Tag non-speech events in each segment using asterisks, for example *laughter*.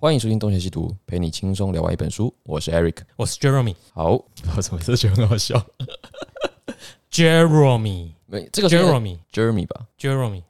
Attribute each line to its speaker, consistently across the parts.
Speaker 1: 欢迎收听《东邪西毒》，陪你轻松聊完一本书。我是 Eric。
Speaker 2: 我是 Jeremy，
Speaker 1: 好，我怎么这觉得很好笑？
Speaker 2: Jeremy，Jeremy，Jeremy，
Speaker 1: 没，这个是 Jeremy 吧？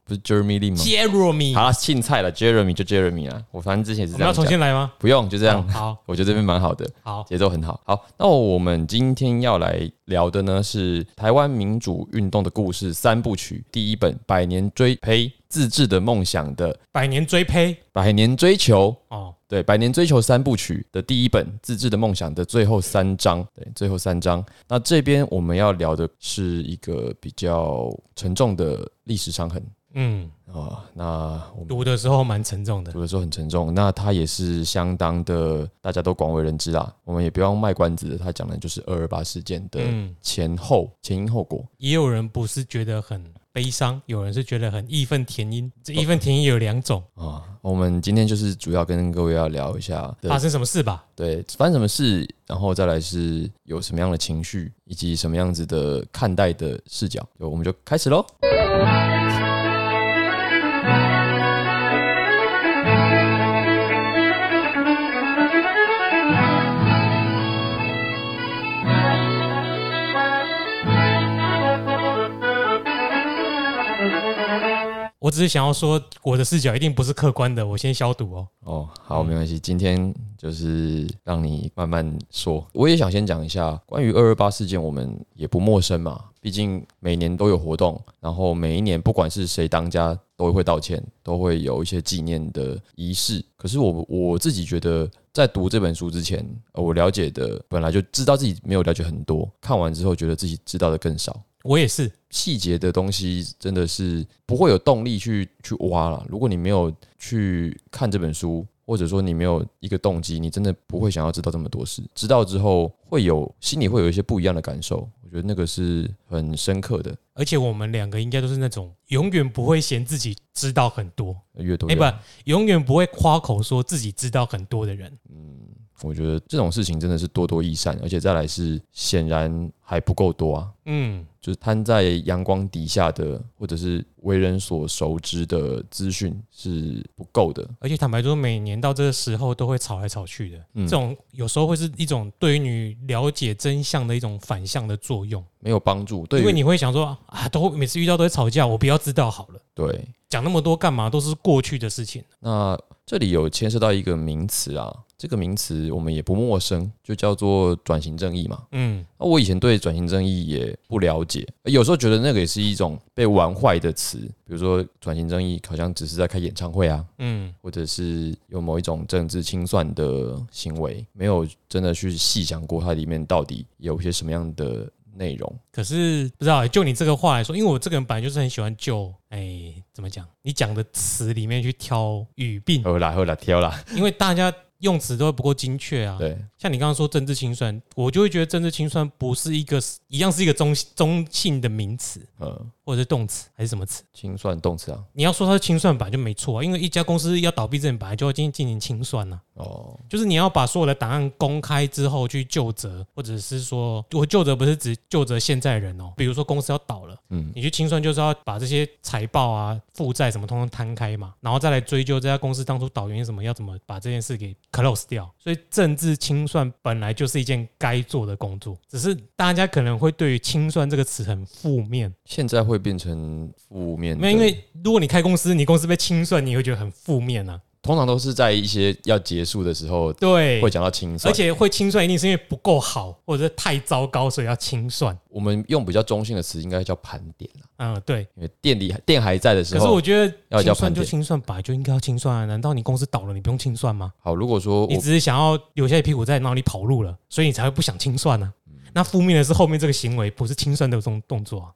Speaker 1: 不是 Jeremy Lin 吗？
Speaker 2: Jeremy，
Speaker 1: 好啦，青菜了，Jeremy 就 Jeremy 啦。我反正之前也是这
Speaker 2: 我们要
Speaker 1: 样
Speaker 2: 重
Speaker 1: 讲，
Speaker 2: 新来吗？哦
Speaker 1: 不用就这样。
Speaker 2: 好
Speaker 1: 我觉得这边蛮好的，
Speaker 2: 好，
Speaker 1: 节奏很好。好，那我们今天要来聊的呢是台湾民主运动的故事三部曲，第一本《百年追呸自治的梦想》的《
Speaker 2: 百年追胚
Speaker 1: 百年追求》
Speaker 2: 哦，
Speaker 1: 对，《百年追求》三部曲的第一本《自制的梦想》的最后三章，对，最后三章。那这边我们要聊的是一个比较沉重的历史伤痕
Speaker 2: 嗯，
Speaker 1: 啊、那我们
Speaker 2: 读的时候蛮沉重的，
Speaker 1: 读的时候很沉重，那它也是相当的，大家都广为人知啦。我们也不要卖关子，它讲的就是二二八事件的
Speaker 2: 嗯，
Speaker 1: 前后、前因后果。
Speaker 2: 也有人不是觉得很悲伤，有人是觉得很义愤填膺，这义愤填膺有两种，
Speaker 1: 啊，我们今天就是主要跟各位要聊一下的
Speaker 2: 发生什么事吧？
Speaker 1: 对，发生什么事，然后再来是有什么样的情绪，以及什么样子的看待的视角，就我们就开始喽。
Speaker 2: 我只是想要说，我的视角一定不是客观的，我先消毒哦。
Speaker 1: 哦，好，没关系，今天就是让你慢慢说。我也想先讲一下关于二二八事件，我们也不陌生嘛，毕竟每年都有活动，然后每一年不管是谁当家，都会道歉，都会有一些纪念的仪式。可是我我自己觉得。在读这本书之前，呃我了解的本来就知道自己没有了解很多，看完之后觉得自己知道的更少。
Speaker 2: 我也是，
Speaker 1: 细节的东西真的是不会有动力去去挖了。如果你没有去看这本书，或者说你没有一个动机，你真的不会想要知道这么多事。知道之后，会有心里会有一些不一样的感受。我觉得那个是很深刻的，
Speaker 2: 而且我们两个应该都是那种永远不会嫌自己知道很多，
Speaker 1: 越多
Speaker 2: 哎、
Speaker 1: 越好。
Speaker 2: 不，永远不会夸口说自己知道很多的人。
Speaker 1: 我觉得这种事情真的是多多益善，而且再来是显然还不够多啊。
Speaker 2: 嗯，
Speaker 1: 就是摊在阳光底下的，或者是为人所熟知的资讯是不够的。
Speaker 2: 而且坦白说，每年到这个时候都会吵来吵去的，
Speaker 1: 嗯
Speaker 2: 这种有时候会是一种对于你了解真相的一种反向的作用，
Speaker 1: 没有帮助，对
Speaker 2: 因
Speaker 1: 于
Speaker 2: 为你会想说啊，都每次遇到都会吵架，我不要知道好了，
Speaker 1: 对
Speaker 2: 讲那么多干嘛？都是过去的事情。
Speaker 1: 那这里有牵涉到一个名词啊，这个名词我们也不陌生，就叫做转型正义嘛。
Speaker 2: 嗯，
Speaker 1: 那我以前对转型正义也不了解，有时候觉得那个也是一种被玩坏的词，比如说转型正义好像只是在开演唱会啊，
Speaker 2: 嗯，
Speaker 1: 或者是有某一种政治清算的行为，没有真的去细想过它里面到底有些什么样的内容。
Speaker 2: 可是不知道欸、就你这个话来说，因为我这个人本来就是很喜欢就哎、怎么讲？你讲的词里面去挑语病，
Speaker 1: 后来后来挑啦，
Speaker 2: 因为大家用词都会不够精确啊。
Speaker 1: 对，
Speaker 2: 像你刚刚说政治清算，我就会觉得政治清算不是一个一样是一个中中性的名词
Speaker 1: 嗯，
Speaker 2: 或者是动词还是什么词。
Speaker 1: 清算动词啊，
Speaker 2: 你要说它是清算版就没错、啊，因为一家公司要倒闭之前，本来就要进进行清算啊呐、
Speaker 1: 哦，
Speaker 2: 就是你要把所有的档案公开之后去就责，或者是说，我就责不是指就责现在人哦，比如说公司要倒了，
Speaker 1: 嗯
Speaker 2: 你去清算就是要把这些财报啊、负债什么通通摊开嘛，然后再来追究这家公司当初倒原因什么，要怎么把这件事给 close 掉。所以政治清算本来就是一件该做的工作，只是大家可能会对于清算这个词很负面，
Speaker 1: 现在会变成负面的，
Speaker 2: 没有，因为如果你开公司，你公司被清算，你会觉得很负面啊。
Speaker 1: 通常都是在一些要结束的时候
Speaker 2: 对
Speaker 1: 会，讲到清算，
Speaker 2: 而且会清算一定是因为不够好，或者是太糟糕，所以要清算。
Speaker 1: 我们用比较中性的词应该叫盘点啦，
Speaker 2: 嗯，对。
Speaker 1: 因为店里店还在的时
Speaker 2: 可是
Speaker 1: 候
Speaker 2: 我，觉得
Speaker 1: 要
Speaker 2: 清
Speaker 1: 叫盘
Speaker 2: 算就
Speaker 1: 点
Speaker 2: 清算，本来就应该要清算啊！难道你公司倒了，你不用清算吗？
Speaker 1: 好，如果说
Speaker 2: 你
Speaker 1: 我
Speaker 2: 只是想要留下一屁股债，然后你跑路了，所以你才会不想清算呢、
Speaker 1: 嗯
Speaker 2: 那负面的是后面这个行为，不是清算的这种动作啊，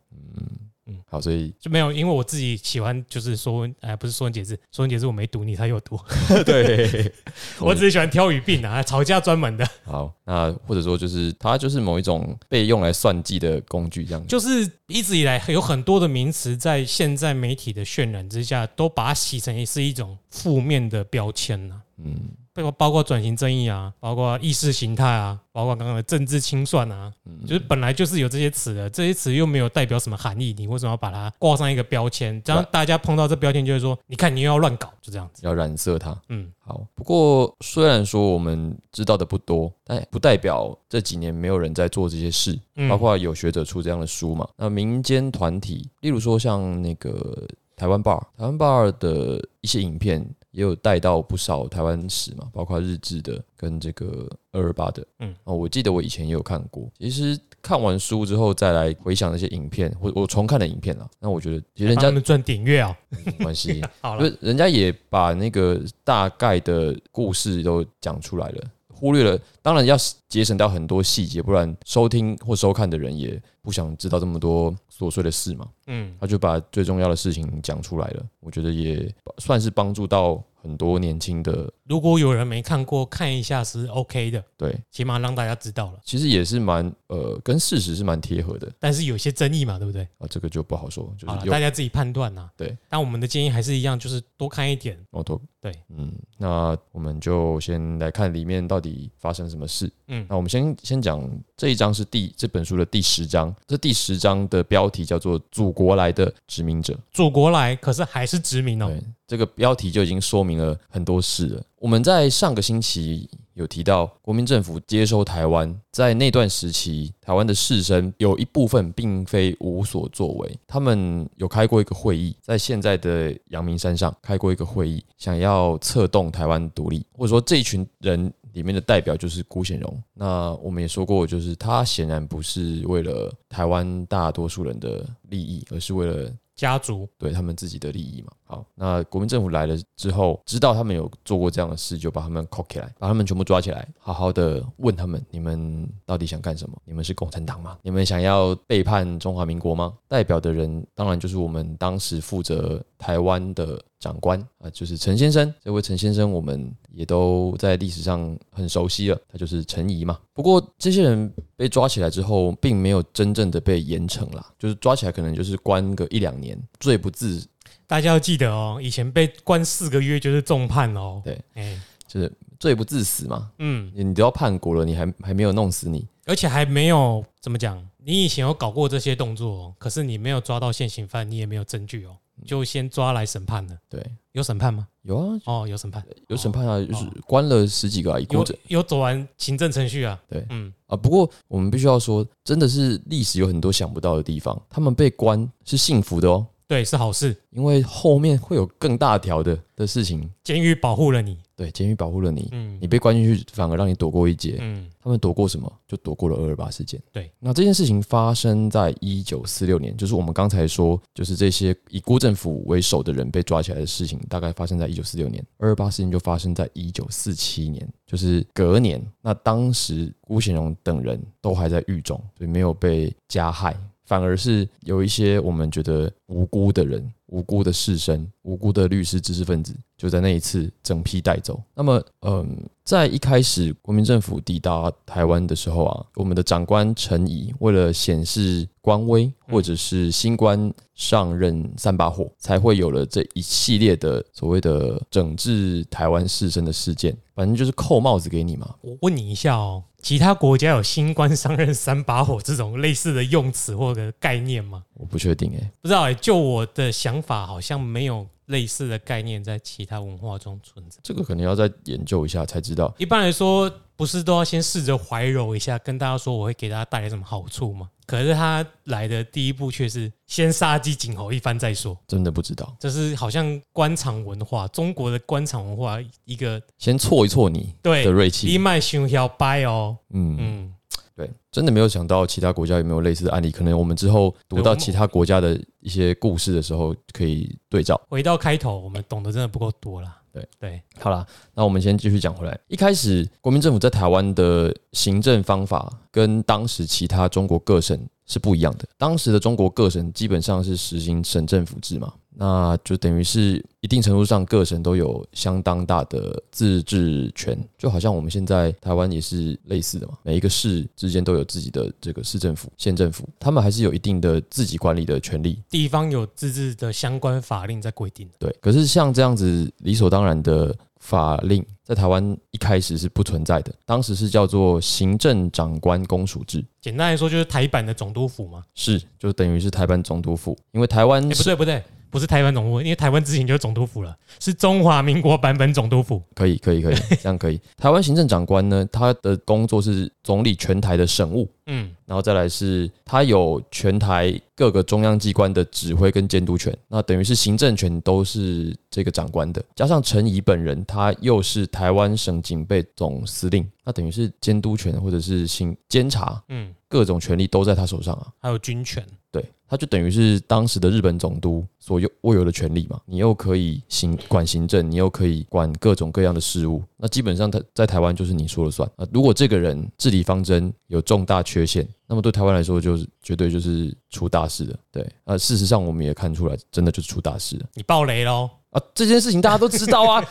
Speaker 1: 好，所
Speaker 2: *laughs*
Speaker 1: 以
Speaker 2: 就没有。因为我自己喜欢，就是说文，哎、不是说文解字，说文解字我没读，你才有读。
Speaker 1: 对，
Speaker 2: 我只是喜欢挑语病啊，吵架专门的。
Speaker 1: 好，那或者说就是它就是某一种被用来算计的工具这样子，
Speaker 2: 就是一直以来有很多的名词，在现在媒体的渲染之下，都把它洗成是一种负面的标签呢、啊
Speaker 1: 嗯，
Speaker 2: 包包括转型正义啊，包括意识形态啊，包括刚刚的政治清算啊，
Speaker 1: 嗯
Speaker 2: 就是本来就是有这些词的，这些词又没有代表什么含义，你为什么要把它挂上一个标签？这样大家碰到这标签就会说，你看你又要乱搞，就这样子。
Speaker 1: 要染色它。
Speaker 2: 嗯，
Speaker 1: 好，不过虽然说我们知道的不多，但不代表这几年没有人在做这些事，
Speaker 2: 嗯
Speaker 1: 包括有学者出这样的书嘛。那民间团体，例如说像那个台湾 bar，台湾 bar 的一些影片也有带到不少台湾史嘛，包括日志的跟这个二二八的。
Speaker 2: 嗯
Speaker 1: 嗯，哦，我记得我以前也有看过。其实看完书之后再来回想那些影片，或我重看的影片啦，那我觉得其实人
Speaker 2: 帮
Speaker 1: 家
Speaker 2: 他们赚点阅啊，
Speaker 1: 没 *laughs* 关系。
Speaker 2: *laughs* 好
Speaker 1: 不
Speaker 2: 了，
Speaker 1: 是，人家也把那个大概的故事都讲出来了，忽略了，当然要节省掉很多细节，不然收听或收看的人也不想知道这么多琐碎的事嘛。
Speaker 2: 嗯，
Speaker 1: 他就把最重要的事情讲出来了，我觉得也算是帮助到很多年轻的，
Speaker 2: 如果有人没看过，看一下是 OK 的，
Speaker 1: 对，
Speaker 2: 起码让大家知道了。
Speaker 1: 其实也是蛮呃跟事实是蛮贴合的
Speaker 2: 但是有些争议嘛，对不对？
Speaker 1: 啊，这个就不好说，就
Speaker 2: 好了，
Speaker 1: 是有
Speaker 2: 啊大家自己判断呐。
Speaker 1: 对，
Speaker 2: 但我们的建议还是一样，就是多看一点。
Speaker 1: 矛盾。
Speaker 2: 对，
Speaker 1: 嗯，那我们就先来看里面到底发生了什么事。
Speaker 2: 嗯
Speaker 1: 那我们先先讲这一章是第这本书的第十章，这第十章的标题叫做《祖国来的殖民者》。
Speaker 2: 祖国来，可是还是殖民哦。
Speaker 1: 对，这个标题就已经说明了很多事了。我们在上个星期有提到，国民政府接收台湾，在那段时期，台湾的士绅有一部分并非无所作为，他们有开过一个会议，在现在的阳明山上开过一个会议，想要策动台湾独立，或者说这一群人。里面的代表就是辜显荣，那我们也说过，就是他显然不是为了台湾大多数人的利益，而是为了
Speaker 2: 家族，
Speaker 1: 对他们自己的利益嘛。好，那国民政府来了之后，知道他们有做过这样的事，就把他们铐起来，把他们全部抓起来，好好的问他们：你们到底想干什么？你们是共产党吗？你们想要背叛中华民国吗？代表的人当然就是我们当时负责台湾的长官啊，就是陈先生。这位陈先生，我们也都在历史上很熟悉了，他就是陈仪嘛。不过这些人被抓起来之后，并没有真正的被严惩啦，就是抓起来可能就是关个一两年，罪不自
Speaker 2: 大家要记得哦，以前被关四个月就是重判哦。
Speaker 1: 对，
Speaker 2: 哎，
Speaker 1: 就是罪不至死嘛。
Speaker 2: 嗯，
Speaker 1: 你都要叛国了，你还还没有弄死你，
Speaker 2: 而且还没有怎么讲，你以前有搞过这些动作、哦，可是你没有抓到现行犯，你也没有证据哦，
Speaker 1: 嗯
Speaker 2: 就先抓来审判了。
Speaker 1: 对，
Speaker 2: 有审判吗？
Speaker 1: 有啊，
Speaker 2: 哦，有审判，
Speaker 1: 有审判啊，就是关了十几个啊，一共
Speaker 2: 哦有
Speaker 1: 这
Speaker 2: 有走完行政程序啊。
Speaker 1: 对
Speaker 2: 嗯，
Speaker 1: 啊。不过我们必须要说，真的是历史有很多想不到的地方，他们被关是幸福的哦，
Speaker 2: 对，是好事，
Speaker 1: 因为后面会有更大条的的事情。
Speaker 2: 监狱保护了你。
Speaker 1: 对，监狱保护了你，
Speaker 2: 嗯
Speaker 1: 你被关进去反而让你躲过一劫。
Speaker 2: 嗯，
Speaker 1: 他们躲过什么？就躲过了二二八事件。
Speaker 2: 对，
Speaker 1: 那这件事情发生在一九四六年，就是我们刚才说，就是这些以郭政府为首的人被抓起来的事情，大概发生在一九四六年。二二八事件就发生在一九四七年，就是隔年。那当时辜显荣等人都还在狱中，所以没有被加害。反而是有一些我们觉得无辜的人、无辜的士绅、无辜的律师、知识分子，就在那一次整批带走。那么，嗯，在一开始国民政府抵达台湾的时候啊，我们的长官陈仪为了显示官威，
Speaker 2: 嗯
Speaker 1: 或者是新官上任三把火，才会有了这一系列的所谓的整治台湾士绅的事件。反正就是扣帽子给你嘛，
Speaker 2: 我问你一下哦，其他国家有新官上任三把火这种类似的用词或者概念吗？
Speaker 1: 我不确定诶、欸
Speaker 2: 不知道哎、就我的想法，好像没有类似的概念在其他文化中存在。
Speaker 1: 这个可能要再研究一下才知道。
Speaker 2: 一般来说，不是都要先试着怀柔一下，跟大家说我会给大家带来什么好处吗？可是他来的第一步却是先杀鸡儆猴一番再说，
Speaker 1: 真的不知道，
Speaker 2: 这是好像官场文化，中国的官场文化一个
Speaker 1: 先挫一挫你
Speaker 2: 对
Speaker 1: 的锐
Speaker 2: 一
Speaker 1: 气。
Speaker 2: 脉相要掰哦，
Speaker 1: 嗯，
Speaker 2: 嗯，
Speaker 1: 对，真的没有想到其他国家有没有类似的案例。可能我们之后读
Speaker 2: 对我
Speaker 1: 到
Speaker 2: 们
Speaker 1: 其他国家的一些故事的时候，可以对照。
Speaker 2: 回到开头，我们懂得真的不够多啦。
Speaker 1: 对
Speaker 2: 对，
Speaker 1: 好啦，那我们先继续讲回来。一开始，国民政府在台湾的行政方法跟当时其他中国各省是不一样的。当时的中国各省基本上是实行省政府制嘛，那就等于是一定程度上各省都有相当大的自治权，就好像我们现在台湾也是类似的嘛，每一个市之间都有自己的这个市政府、县政府，他们还是有一定的自己管理的权利。
Speaker 2: 地方有自治的相关法令在规定。
Speaker 1: 对，可是像这样子理所当然的法令在台湾一开始是不存在的，当时是叫做行政长官公署制，
Speaker 2: 简单来说就是台版的总督府嘛。
Speaker 1: 是就等于是台湾总督府，因为台湾
Speaker 2: 哎、不
Speaker 1: 是
Speaker 2: 对不对，不是台湾总督府，因为台湾之前就是总督府了，是中华民国版本总督府。
Speaker 1: 可以可以可以这样可以。 *laughs* 台湾行政长官呢，他的工作是总理全台的省务，
Speaker 2: 嗯，
Speaker 1: 然后再来是他有全台各个中央机关的指挥跟监督权，那等于是行政权都是这个长官的，加上陈仪本人，他又是台湾省警备总司令，那等于是监督权或者是行监察
Speaker 2: 嗯，
Speaker 1: 各种权力都在他手上啊。
Speaker 2: 还有军权，
Speaker 1: 对，他就等于是当时的日本总督所有握有的权利嘛，你又可以行管行政，你又可以管各种各样的事务。那基本上他在台湾就是你说了算啊、呃如果这个人治理方针有重大缺陷，那么对台湾来说就是绝对就是出大事的。对，呃，事实上我们也看出来，真的就是出大事了
Speaker 2: 你爆雷喽！
Speaker 1: 啊！这件事情大家都知道啊，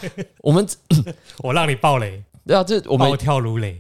Speaker 1: 我们
Speaker 2: 我让你爆雷，
Speaker 1: 对啊，这我们
Speaker 2: 暴跳
Speaker 1: *laughs*
Speaker 2: 如雷。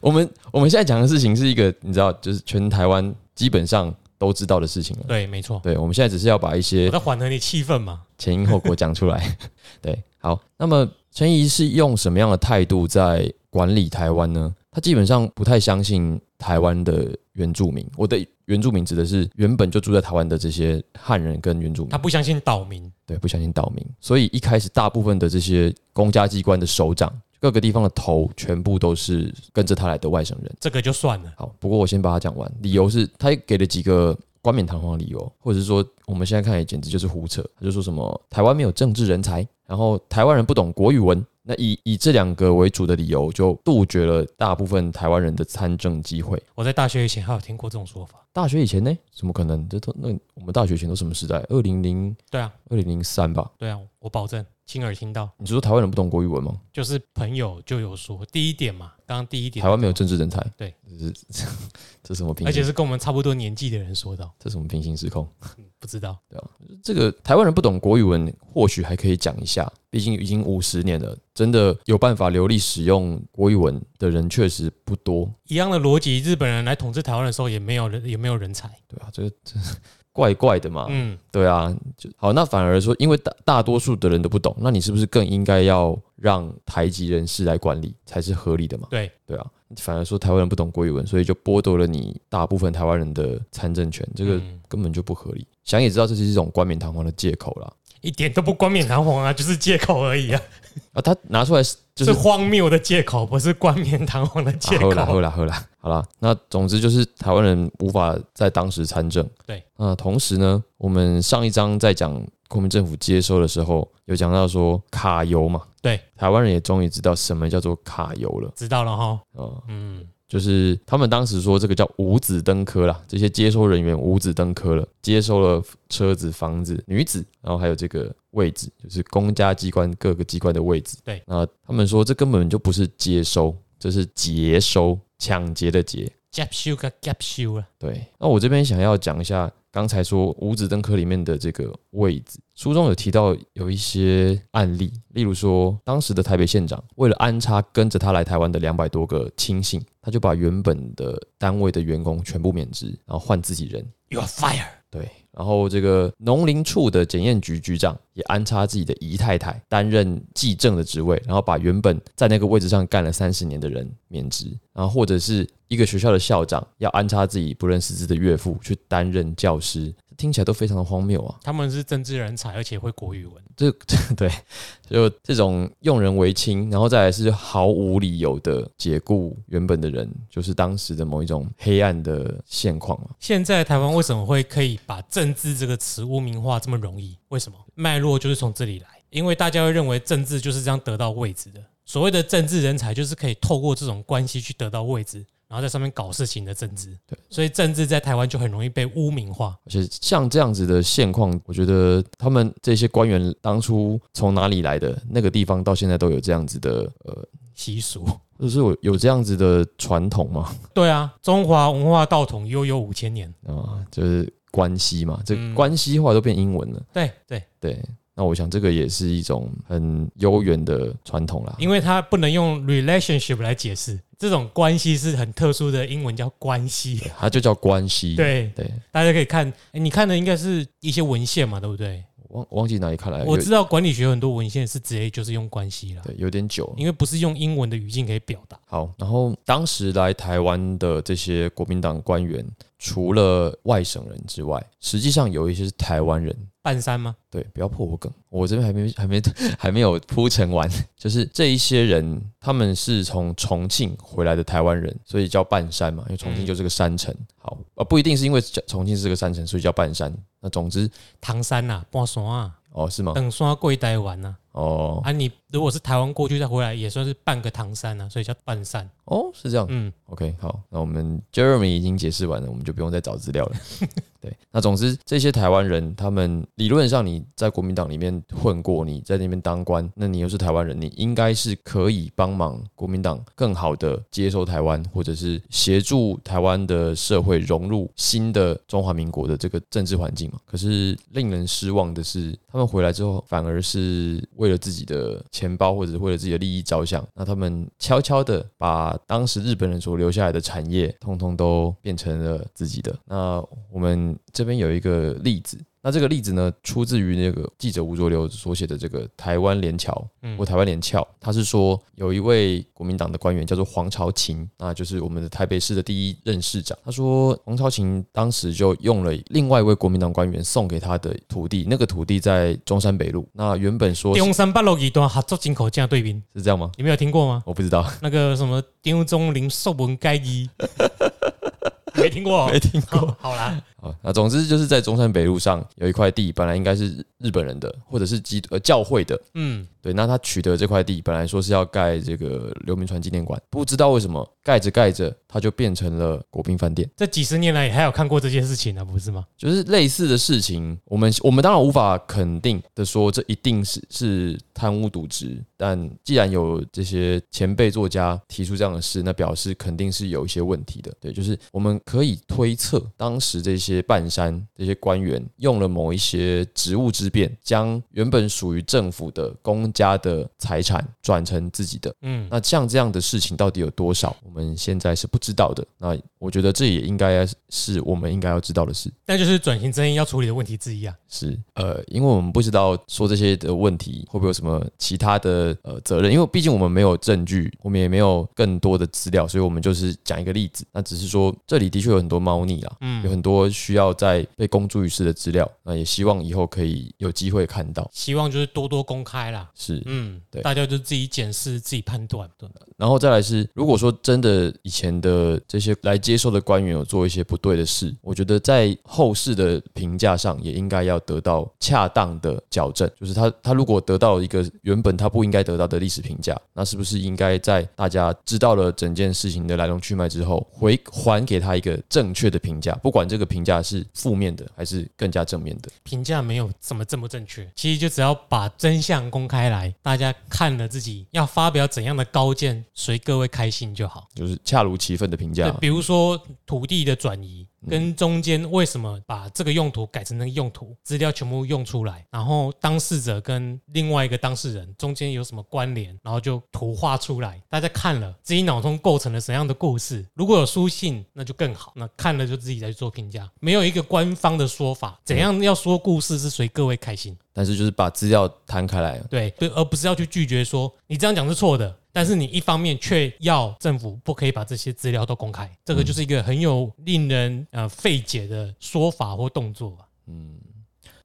Speaker 1: 我们我们现在讲的事情是一个你知道，就是全台湾基本上都知道的事情了。
Speaker 2: 对，没错，
Speaker 1: 对，我们现在只是要把一些
Speaker 2: 我在缓和你气氛嘛。
Speaker 1: 前因后果讲出来。 *laughs* 对，好，那么陈怡是用什么样的态度在管理台湾呢？他基本上不太相信台湾的原住民。我的原住民指的是原本就住在台湾的这些汉人跟原住民
Speaker 2: 他，不相信岛民，
Speaker 1: 对，不相信岛民，所以一开始大部分的这些公家机关的首长。各个地方的头全部都是跟着他来的外省人。
Speaker 2: 这个就算了。
Speaker 1: 好，不过我先把它讲完。理由是他给了几个冠冕堂皇的理由，或者是说我们现在看也简直就是胡扯。他就说什么台湾没有政治人才，然后台湾人不懂国语文。那以以这两个为主的理由，就杜绝了大部分台湾人的参政机会。
Speaker 2: 我在大学以前还有听过这种说法。
Speaker 1: 大学以前呢？怎么可能？这都那我们大学以前都什么时代？二零零
Speaker 2: 对啊，
Speaker 1: 二零零三吧？
Speaker 2: 对啊，我保证亲耳听到，
Speaker 1: 你是说台湾人不懂国语文吗？
Speaker 2: 就是朋友就有说第一点嘛，刚刚第一点，
Speaker 1: 台湾没有政治人才？
Speaker 2: 对
Speaker 1: *laughs* 这是，这这什么平
Speaker 2: 而且
Speaker 1: 行？
Speaker 2: 是跟我们差不多年纪的人说的哦，
Speaker 1: 这什么平行时空？
Speaker 2: 不知道。
Speaker 1: 这个台湾人不懂国语文，或许还可以讲一下，毕竟已经五十年了，真的有办法流利使用国语文的人确实不多，
Speaker 2: 一样的逻辑，日本人来统治台湾的时候也没有人，也没有人才。
Speaker 1: 对啊，这这 *laughs* 怪怪的嘛，
Speaker 2: 嗯，
Speaker 1: 对啊，就好，那反而说，因为大大多数的人都不懂，那你是不是更应该要让台籍人士来管理才是合理的嘛？
Speaker 2: 对，
Speaker 1: 对啊，反而说台湾人不懂国语文，所以就剥夺了你大部分台湾人的参政权，这个
Speaker 2: 嗯
Speaker 1: 根本就不合理。想也知道这是一种冠冕堂皇的借口啦。
Speaker 2: 一点都不冠冕堂皇啊，就是借口而已啊，
Speaker 1: 啊，他拿出来是就是
Speaker 2: 是荒谬的借口，不是冠冕堂皇的借
Speaker 1: 啊
Speaker 2: 口。
Speaker 1: 好啦好啦好啦，好啦。那总之就是台湾人无法在当时参政。
Speaker 2: 对，
Speaker 1: 那同时呢，我们上一章在讲国民政府接收的时候，有讲到说卡油嘛。
Speaker 2: 对，
Speaker 1: 台湾人也终于知道什么叫做卡油了
Speaker 2: 知道了哈，
Speaker 1: 啊、呃
Speaker 2: 嗯，
Speaker 1: 就是他们当时说这个叫五子登科啦，这些接收人员五子登科了，接收了车子、房子、女子，然后还有这个位置，就是公家机关各个机关的位置。
Speaker 2: 对
Speaker 1: 那他们说这根本就不是接收，这是劫收，抢劫的劫。
Speaker 2: gap 修跟 gap 啊修了，
Speaker 1: 对，那我这边想要讲一下刚才说五子登科里面的这个位置，书中有提到有一些案例，例如说当时的台北县长为了安插跟着他来台湾的两百多个亲信，他就把原本的单位的员工全部免职，然后换自己人。
Speaker 2: ，you are fire，
Speaker 1: 对，然后这个农林处的检验局局长也安插自己的姨太太担任计政的职位，然后把原本在那个位置上干了三十年的人免职，然后或者是一个学校的校长要安插自己不认识字的岳父去担任教师，听起来都非常的荒谬啊！
Speaker 2: 他们是政治人才，而且会国语文，
Speaker 1: 这 *laughs* 对，就这种用人为亲，然后再来是毫无理由的解雇原本的人，就是当时的某一种黑暗的现况啊嘛。
Speaker 2: 现在台湾为什么会可以把“政治”这个词污名化这么容易？为什么脉络就是从这里来？因为大家会认为政治就是这样得到位置的。所谓的政治人才，就是可以透过这种关系去得到位置，然后在上面搞事情的政治。
Speaker 1: 对，
Speaker 2: 所以政治在台湾就很容易被污名化。
Speaker 1: 而且像这样子的现况，我觉得他们这些官员当初从哪里来的，那个地方到现在都有这样子的，呃，
Speaker 2: 习俗。
Speaker 1: 就是有有这样子的传统嘛，
Speaker 2: 对啊，中华文化道统悠悠五千年。
Speaker 1: *laughs* 啊、就是关系嘛，这
Speaker 2: 嗯
Speaker 1: 关系话都变英文了，
Speaker 2: 对对，
Speaker 1: 对。那我想这个也是一种很悠远的传统啦。
Speaker 2: 因为它不能用 relationship 来解释，这种关系是很特殊的，英文叫关系。
Speaker 1: 它就叫关系。
Speaker 2: 对
Speaker 1: 对，
Speaker 2: 大家可以看，诶你看的应该是一些文献嘛，对不对？
Speaker 1: 忘忘记哪里看来，
Speaker 2: 我
Speaker 1: 呃有
Speaker 2: 知道管理学有很多文献是直接就是用关系啦，
Speaker 1: 对有点久了。
Speaker 2: 因为不是用英文的语境可以表达。
Speaker 1: 好，然后当时来台湾的这些国民党官员，除了外省人之外，实际上有一些是台湾人。
Speaker 2: 半山吗？
Speaker 1: 对，不要破我梗，我这边还没还没 *laughs* 还没有铺陈完，就是这一些人，他们是从重庆回来的台湾人，所以叫半山嘛，因为重庆就是个山城。好，呃，不一定是因为重庆是个山城，所以叫半山。那总之，
Speaker 2: 唐山啊，半山啊，
Speaker 1: 哦，是吗？
Speaker 2: 等山贵台湾啊。
Speaker 1: 哦，
Speaker 2: 啊，你如果是台湾过去再回来，也算是半个唐山啊，所以叫半山。
Speaker 1: 哦，是这样。
Speaker 2: 嗯，
Speaker 1: OK，好，那我们 Jeremy 已经解释完了，我们就不用再找资料了。 *laughs* 对，那总之这些台湾人，他们理论上你在国民党里面混过，你在那边当官，那你又是台湾人，你应该是可以帮忙国民党更好的接收台湾，或者是协助台湾的社会融入新的中华民国的这个政治环境嘛。可是令人失望的是，他们回来之后，反而是为了自己的钱包或者是为了自己的利益着想，那他们悄悄的把当时日本人所留下来的产业，通通都变成了自己的。那我们这边有一个例子。那这个例子呢，出自于那个记者吴浊流所写的这个《台湾联侨》
Speaker 2: 嗯
Speaker 1: 或《台湾联侨》，他是说有一位国民党的官员叫做黄朝琴，那就是我们的台北市的第一任市长。他说黄朝琴当时就用了另外一位国民党官员送给他的土地，那个土地在中山北路。那原本说 *laughs* 是
Speaker 2: 中山八路一段合作进口价对比，
Speaker 1: 是这样吗？
Speaker 2: 你们有听
Speaker 1: *laughs*
Speaker 2: 过吗？
Speaker 1: 我不知道，
Speaker 2: 那个什么丁中林寿文该一，
Speaker 1: *laughs*
Speaker 2: 没听过、哦
Speaker 1: 没听过。
Speaker 2: 好好啦，
Speaker 1: 啊，那总之就是在中山北路上有一块地，本来应该是日本人的，或者是基督呃教会的。
Speaker 2: 嗯，
Speaker 1: 对，那他取得这块地，本来说是要盖这个刘铭传纪念馆，不知道为什么盖着盖着，它就变成了国宾饭店，
Speaker 2: 这几十年来还有看过这件事情呢、啊，不是吗？
Speaker 1: 就是类似的事情。我们我们当然无法肯定的说这一定是是贪污渎职，但既然有这些前辈作家提出这样的事，那表示肯定是有一些问题的。对，就是我们可以推测，当时这些半山这些官员用了某一些职务之便，将原本属于政府的公家的财产转成自己的。
Speaker 2: 嗯，
Speaker 1: 那像这样的事情到底有多少，我们现在是不知道的。那我觉得这也应该是我们应该要知道的事。
Speaker 2: 那就是转型正义要处理的问题之一啊。
Speaker 1: 是，呃，因为我们不知道说这些的问题会不会有什么其他的呃责任，因为毕竟我们没有证据，我们也没有更多的资料，所以我们就是讲一个例子。那只是说这里的确有很多猫腻啦，有
Speaker 2: 嗯，
Speaker 1: 很多需要在被公诸于世的资料，那也希望以后可以有机会看到。
Speaker 2: 希望就是多多公开啦。
Speaker 1: 是，
Speaker 2: 嗯，
Speaker 1: 对
Speaker 2: 大家就自己检视、自己判断。对
Speaker 1: 然后再来是，如果说真的以前的这些来接受的官员有做一些不对的事，我觉得在后世的评价上也应该要得到恰当的矫正。就是他他如果得到一个原本他不应该得到的历史评价，那是不是应该在大家知道了整件事情的来龙去脉之后，回还给他一个正确的评价？不管这个评价是负面的还是更加正面的。
Speaker 2: 评价没有什么正不正确，其实就只要把真相公开来，大家看了自己要发表怎样的高见，随各位开心就好。
Speaker 1: 就是恰如其分的评价
Speaker 2: 对，，比如说土地的转移跟中间为什么把这个用途改成那个用途，资料全部用出来，然后当事者跟另外一个当事人中间有什么关联，然后就图画出来，大家看了自己脑中构成了什么样的故事。如果有书信，那就更好，那看了就自己再去做评价，没有一个官方的说法，怎样要说故事是随各位开心。
Speaker 1: 但是就是把资料摊开来，
Speaker 2: 对对，而不是要去拒绝说你这样讲是错的，但是你一方面却要政府不可以把这些资料都公开，这个就是一个很有令人呃费解的说法或动作吧。
Speaker 1: 嗯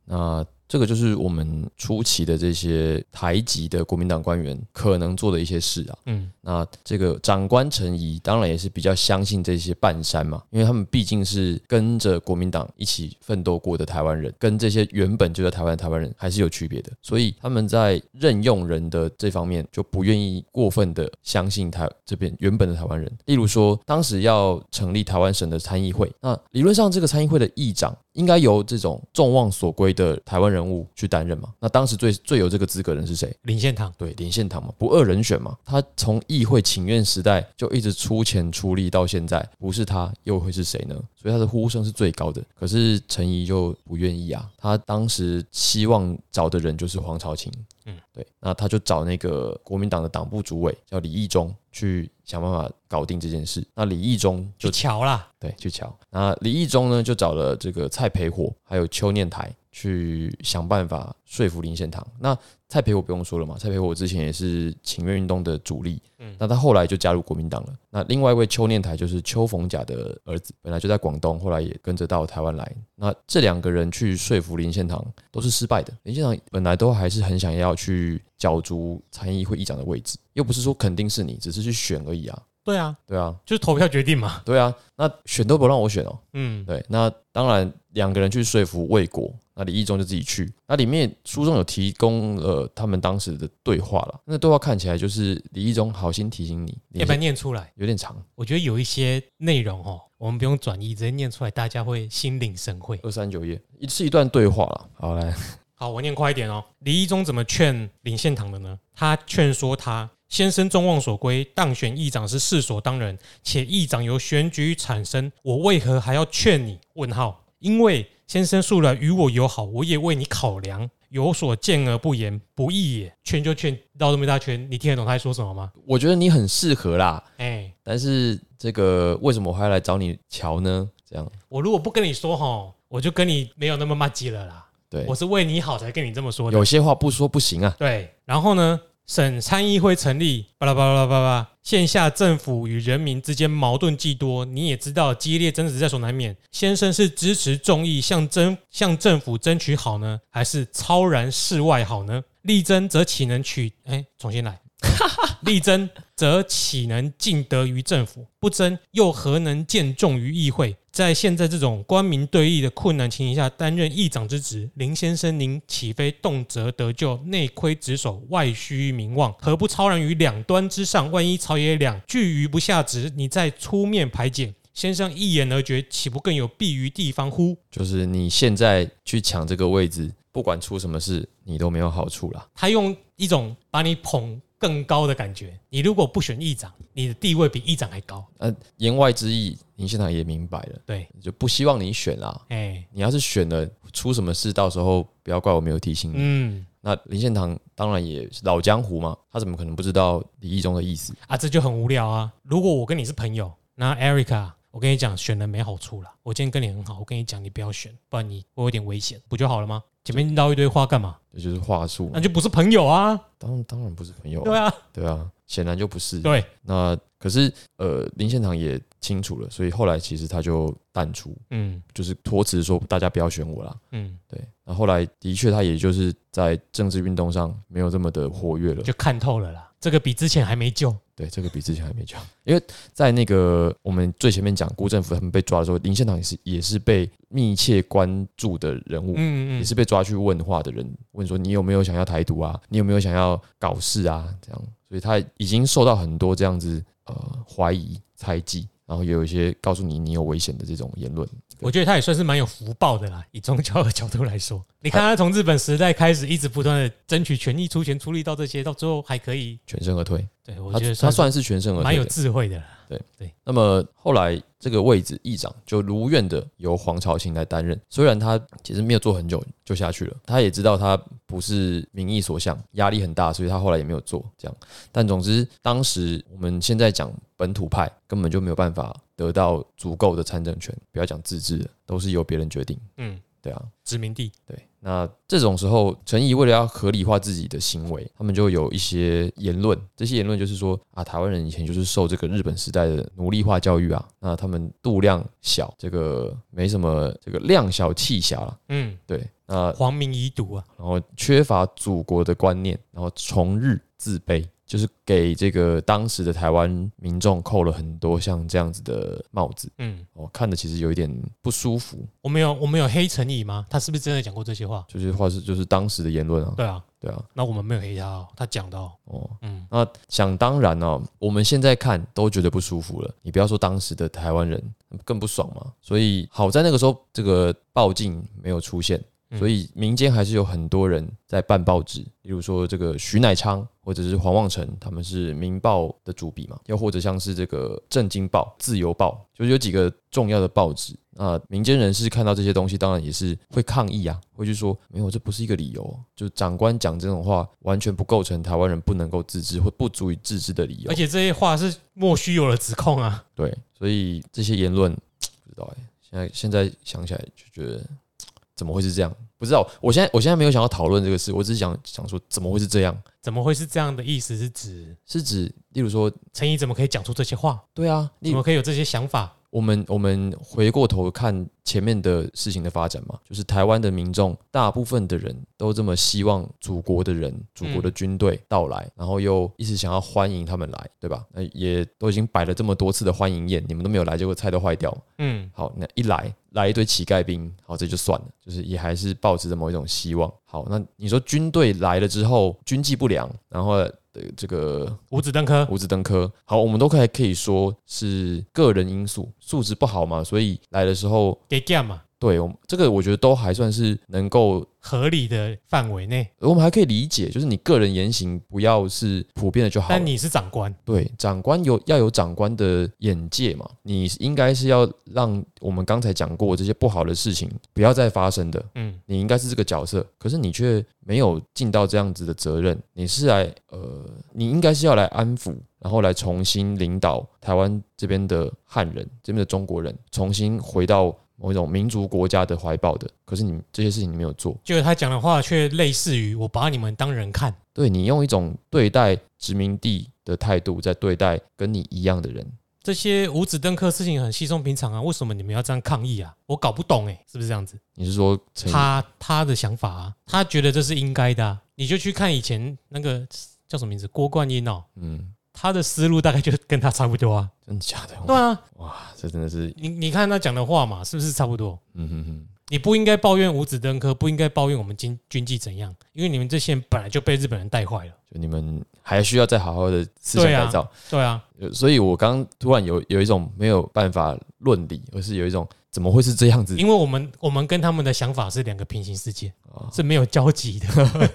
Speaker 1: 那这个就是我们初期的这些台籍的国民党官员可能做的一些事啊。
Speaker 2: 嗯，
Speaker 1: 那这个长官陈仪当然也是比较相信这些半山嘛，因为他们毕竟是跟着国民党一起奋斗过的台湾人，跟这些原本就在台湾的台湾人还是有区别的，所以他们在任用人的这方面就不愿意过分的相信台这边原本的台湾人。例如说，当时要成立台湾省的参议会，那理论上这个参议会的议长应该由这种众望所归的台湾人物去担任嘛。那当时最最有这个资格的人是谁？
Speaker 2: 林献堂，
Speaker 1: 对，连线堂嘛，不二人选嘛，他从议会请愿时代就一直出钱出力到现在，不是他又会是谁呢？所以他的呼声是最高的。可是陈怡就不愿意啊，他当时希望找的人就是黄朝琴，
Speaker 2: 嗯
Speaker 1: 嗯，对，那他就找那个国民党的党部主委叫李义忠去想办法搞定这件事。那李义忠就
Speaker 2: 就瞧啦，
Speaker 1: 对，去瞧。那李义忠呢，就找了这个蔡培火还有邱念台去想办法说服林献堂。那蔡培火不用说了嘛，蔡培火之前也是请愿运动的主力，嗯，那他后来就加入国民党了。那另外一位邱念台就是邱逢甲的儿子，本来就在广东，后来也跟着到台湾来。那这两个人去说服林献堂都是失败的。林献堂本来都还是很想要去角逐参议会议长的位置，又不是说肯定是你，只是去选而已啊。
Speaker 2: 对啊，
Speaker 1: 对啊，
Speaker 2: 就是投票决定嘛。
Speaker 1: 对啊，那选都不让我选哦。
Speaker 2: 嗯，
Speaker 1: 对，那当然两个人去说服魏国，那李义忠就自己去。那里面书中有提供了他们当时的对话了，那对话看起来就是李义忠好心提醒你，你
Speaker 2: 要哎不然念出来。
Speaker 1: 有点长，
Speaker 2: 我觉得有一些内容哦，我们不用转译，直接念出来，大家会心领神会。
Speaker 1: 二三九页，一是一段对话了。好来，
Speaker 2: 好，我念快一点哦。李义忠怎么劝林献堂的呢？他劝说他。先生众望所归，当选议长是世所当然，且议长由选举产生，我为何还要劝你？问号，因为先生素来与我友好，我也为你考量，有所见而不言，不义也。劝就劝，绕这么一大圈，你听得懂他在说什么吗？
Speaker 1: 我觉得你很适合啦，
Speaker 2: 哎、
Speaker 1: 但是这个为什么我还要来找你瞧呢？这样
Speaker 2: 我如果不跟你说吼，我就跟你没有那么骂街了啦。
Speaker 1: 对
Speaker 2: 我，是为你好才跟你这么说的。
Speaker 1: 有些话不说不行啊。
Speaker 2: 对，然后呢，省参议会成立，巴拉巴拉巴拉巴拉，线下政府与人民之间矛盾既多，你也知道激烈争执在所难免。先生是支持众议向政向政府争取好呢，还是超然世外好呢？力争则岂能取？哎，重新来。力争则岂能尽得于政府？不争又何能见重于议会？在现在这种官民对立的困难情形下，担任议长之职，林先生您岂非动辄得咎，内窥职守，外虚名望，何不超然于两端之上？万一朝野两拒于不下职，你再出面排解，先生一言而决，岂不更有弊于地方乎？
Speaker 1: 就是你现在去抢这个位置，不管出什么事，你都没有好处啦。
Speaker 2: 他用一种把你捧更高的感觉。你如果不选议长，你的地位比议长还高。
Speaker 1: 呃，言外之意，林现场也明白了，
Speaker 2: 对，
Speaker 1: 就不希望你选啦。
Speaker 2: 哎、
Speaker 1: 你要是选了，出什么事，到时候不要怪我没有提醒你。
Speaker 2: 嗯
Speaker 1: 那林献堂当然也是老江湖嘛，他怎么可能不知道李义忠的意思？
Speaker 2: 啊，这就很无聊啊。如果我跟你是朋友，那 Erica，我跟你讲，选人没好处啦。我今天跟你很好，我跟你讲，你不要选，不然你会有点危险，不就好了吗？前面唠一堆话干嘛？
Speaker 1: 这就是话术
Speaker 2: 那，就不是朋友啊。
Speaker 1: 当当然不是朋友、
Speaker 2: 对
Speaker 1: 啊，
Speaker 2: 啊，
Speaker 1: 对啊，显然就不是。
Speaker 2: 对，
Speaker 1: 那可是呃，林献堂也清楚了，所以后来其实他就淡出，
Speaker 2: 嗯
Speaker 1: 就是托辞说大家不要选我啦。
Speaker 2: 嗯，
Speaker 1: 对，那后来的确他也就是在政治运动上没有这么的活跃了。
Speaker 2: 就看透了啦。这个比之前还没救。
Speaker 1: 对，这个比之前还没讲，因为在那个我们最前面讲辜振甫他们被抓的时候，林献堂也是也是被密切关注的人物，
Speaker 2: 嗯
Speaker 1: 也
Speaker 2: 嗯
Speaker 1: 是被抓去问话的人，问说你有没有想要台独啊？你有没有想要搞事啊？这样，所以他已经受到很多这样子呃怀疑、猜忌，然后也有一些告诉你你有危险的这种言论。
Speaker 2: 我觉得他也算是蛮有福报的啦。以宗教的角度来说，你看他从日本时代开始，一直不断的争取权益、出钱出力，到这些，到最后还可以。
Speaker 1: 全身而退，
Speaker 2: 对，我
Speaker 1: 他
Speaker 2: 觉得
Speaker 1: 他
Speaker 2: 算
Speaker 1: 算是全身而退的，
Speaker 2: 蛮有智慧的啦。
Speaker 1: 那么后来这个位置议长就如愿的由黄朝清来担任，虽然他其实没有做很久就下去了，他也知道他不是民意所向，压力很大，所以他后来也没有做这样。但总之，当时我们现在讲本土派根本就没有办法得到足够的参政权，不要讲自治了，都是由别人决定。
Speaker 2: 嗯，
Speaker 1: 对啊，
Speaker 2: 殖民地。
Speaker 1: 对，那这种时候，陈怡为了要合理化自己的行为，他们就有一些言论，这些言论就是说啊，台湾人以前就是受这个日本时代的奴隶化教育啊，那他们度量小，这个没什么这个量小气小啦，
Speaker 2: 嗯，
Speaker 1: 对，那
Speaker 2: 皇民遗毒啊。
Speaker 1: 然后缺乏祖国的观念，然后崇日自卑，就是给这个当时的台湾民众扣了很多像这样子的帽子，
Speaker 2: 嗯，
Speaker 1: 哦，看的其实有一点不舒服，
Speaker 2: 我们有我们有黑陈怡吗？他是不是真的讲过这些话？
Speaker 1: 就是或是就是当时的言论啊，
Speaker 2: 对啊，
Speaker 1: 对啊，
Speaker 2: 那我们没有黑他、哦，他讲的、哦。
Speaker 1: 哦，
Speaker 2: 嗯，
Speaker 1: 那想当然哦，我们现在看都觉得不舒服了，你不要说当时的台湾人更不爽嘛。所以好在那个时候这个报禁没有出现，
Speaker 2: 嗯
Speaker 1: 所以民间还是有很多人在办报纸，例如说这个徐乃昌或者是黄望成，他们是《民报》的主笔嘛，又或者像是这个《正经报》《自由报》，就是有几个重要的报纸。那民间人士看到这些东西，当然也是会抗议啊，会去说没有，这不是一个理由，哦就长官讲这种话，完全不构成台湾人不能够自治或不足以自治的理由
Speaker 2: 而。且这些话是莫须有的指控啊。
Speaker 1: 对，所以欸这些言论不知道哎、现在现在想起来就觉得怎么会是这样？不知道，我现在我现在没有想要讨论这个事，我只是想想说怎么会是这样？
Speaker 2: 怎么会是这样的意思？是指
Speaker 1: 是指例如说，
Speaker 2: 陈怡怎么可以讲出这些话？
Speaker 1: 对啊，例
Speaker 2: 怎
Speaker 1: 如
Speaker 2: 么可以有这些想法？
Speaker 1: 我们我们回过头看前面的事情的发展嘛，就是台湾的民众大部分的人都这么希望祖国的人、祖国的军
Speaker 2: 嗯
Speaker 1: 队到来，然后又一直想要欢迎他们来，对吧？那也都已经摆了这么多次的欢迎宴，你们都没有来，结果菜都坏掉。
Speaker 2: 嗯，
Speaker 1: 好，那一来来一堆乞丐兵，好，这就算了，就是也还是抱持着某一种希望。好，那你说军队来了之后，军纪不良，然后呃这个
Speaker 2: 五子登科，
Speaker 1: 五子登科，好，我们都可以可以说是个人因素，素质不好嘛，所以来的时候，
Speaker 2: 给 g a 嘛，
Speaker 1: 对我们这个我觉得都还算是能够。
Speaker 2: 合理的范围内。
Speaker 1: 我们还可以理解，就是你个人言行不要是普遍的就好了。
Speaker 2: 但你是长官，
Speaker 1: 对，长官有要有长官的眼界嘛，你应该是要让我们刚才讲过这些不好的事情不要再发生的，
Speaker 2: 嗯，
Speaker 1: 你应该是这个角色，可是你却没有尽到这样子的责任，你是来呃，你应该是要来安抚，然后来重新领导台湾这边的汉人，这边的中国人，重新回到某一种民族国家的怀抱的，可是你这些事情你没有做，
Speaker 2: 就是他讲的话却类似于我把你们当人看。
Speaker 1: 对你用一种对待殖民地的态度在对待跟你一样的人。
Speaker 2: 这些五子登科事情很稀松平常啊，为什么你们要这样抗议啊？我搞不懂哎、是不是这样子？
Speaker 1: 你是说陈
Speaker 2: 他他的想法啊，他觉得这是应该的、啊。你就去看以前那个叫什么名字，郭冠英哦，
Speaker 1: 嗯，
Speaker 2: 他的思路大概就跟他差不多啊。
Speaker 1: 真的假的？
Speaker 2: 对啊，
Speaker 1: 哇，这真的是，
Speaker 2: 你你看他讲的话嘛，是不是差不多？
Speaker 1: 嗯哼哼，
Speaker 2: 你不应该抱怨五子登科，不应该抱怨我们军军纪怎样，因为你们这些人本来就被日本人带坏了。
Speaker 1: 就你们还需要再好好的思想
Speaker 2: 对啊
Speaker 1: 改造。
Speaker 2: 对啊，
Speaker 1: 呃所以我刚突然有有一种没有办法论理，而是有一种怎么会是这样子
Speaker 2: 因为我们我们跟他们的想法是两个平行世界，
Speaker 1: 啊？
Speaker 2: 是没有交集的。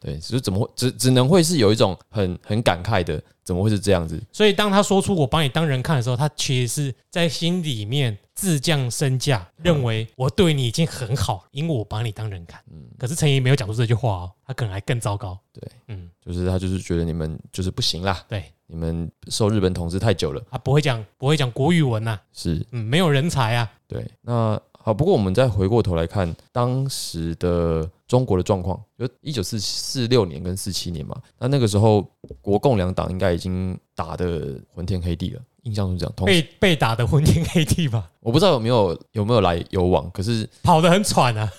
Speaker 1: 对，就是怎么会只只能会是有一种很很感慨的，怎么会是这样子？
Speaker 2: 所以当他说出“我把你当人看”的时候，他其实是在心里面自降身价，认为我对你已经很好，因为我把你当人看。
Speaker 1: 嗯，
Speaker 2: 可是陈怡没有讲出这句话哦，他可能还更糟糕。
Speaker 1: 对，
Speaker 2: 嗯，
Speaker 1: 就是他就是觉得你们就是不行啦，
Speaker 2: 对，
Speaker 1: 你们受日本统治太久了，
Speaker 2: 他不会讲不会讲国语文呐、
Speaker 1: 是
Speaker 2: 嗯，没有人才啊，
Speaker 1: 对。那好，不过我们再回过头来看当时的中国的状况，就一九四四六年跟四七年嘛，那那个时候国共两党应该已经打得昏天黑地了，印象中这样。同
Speaker 2: 被被打的昏天黑地吧，
Speaker 1: 我不知道有没有有没有来有往，可是
Speaker 2: 跑得很喘啊。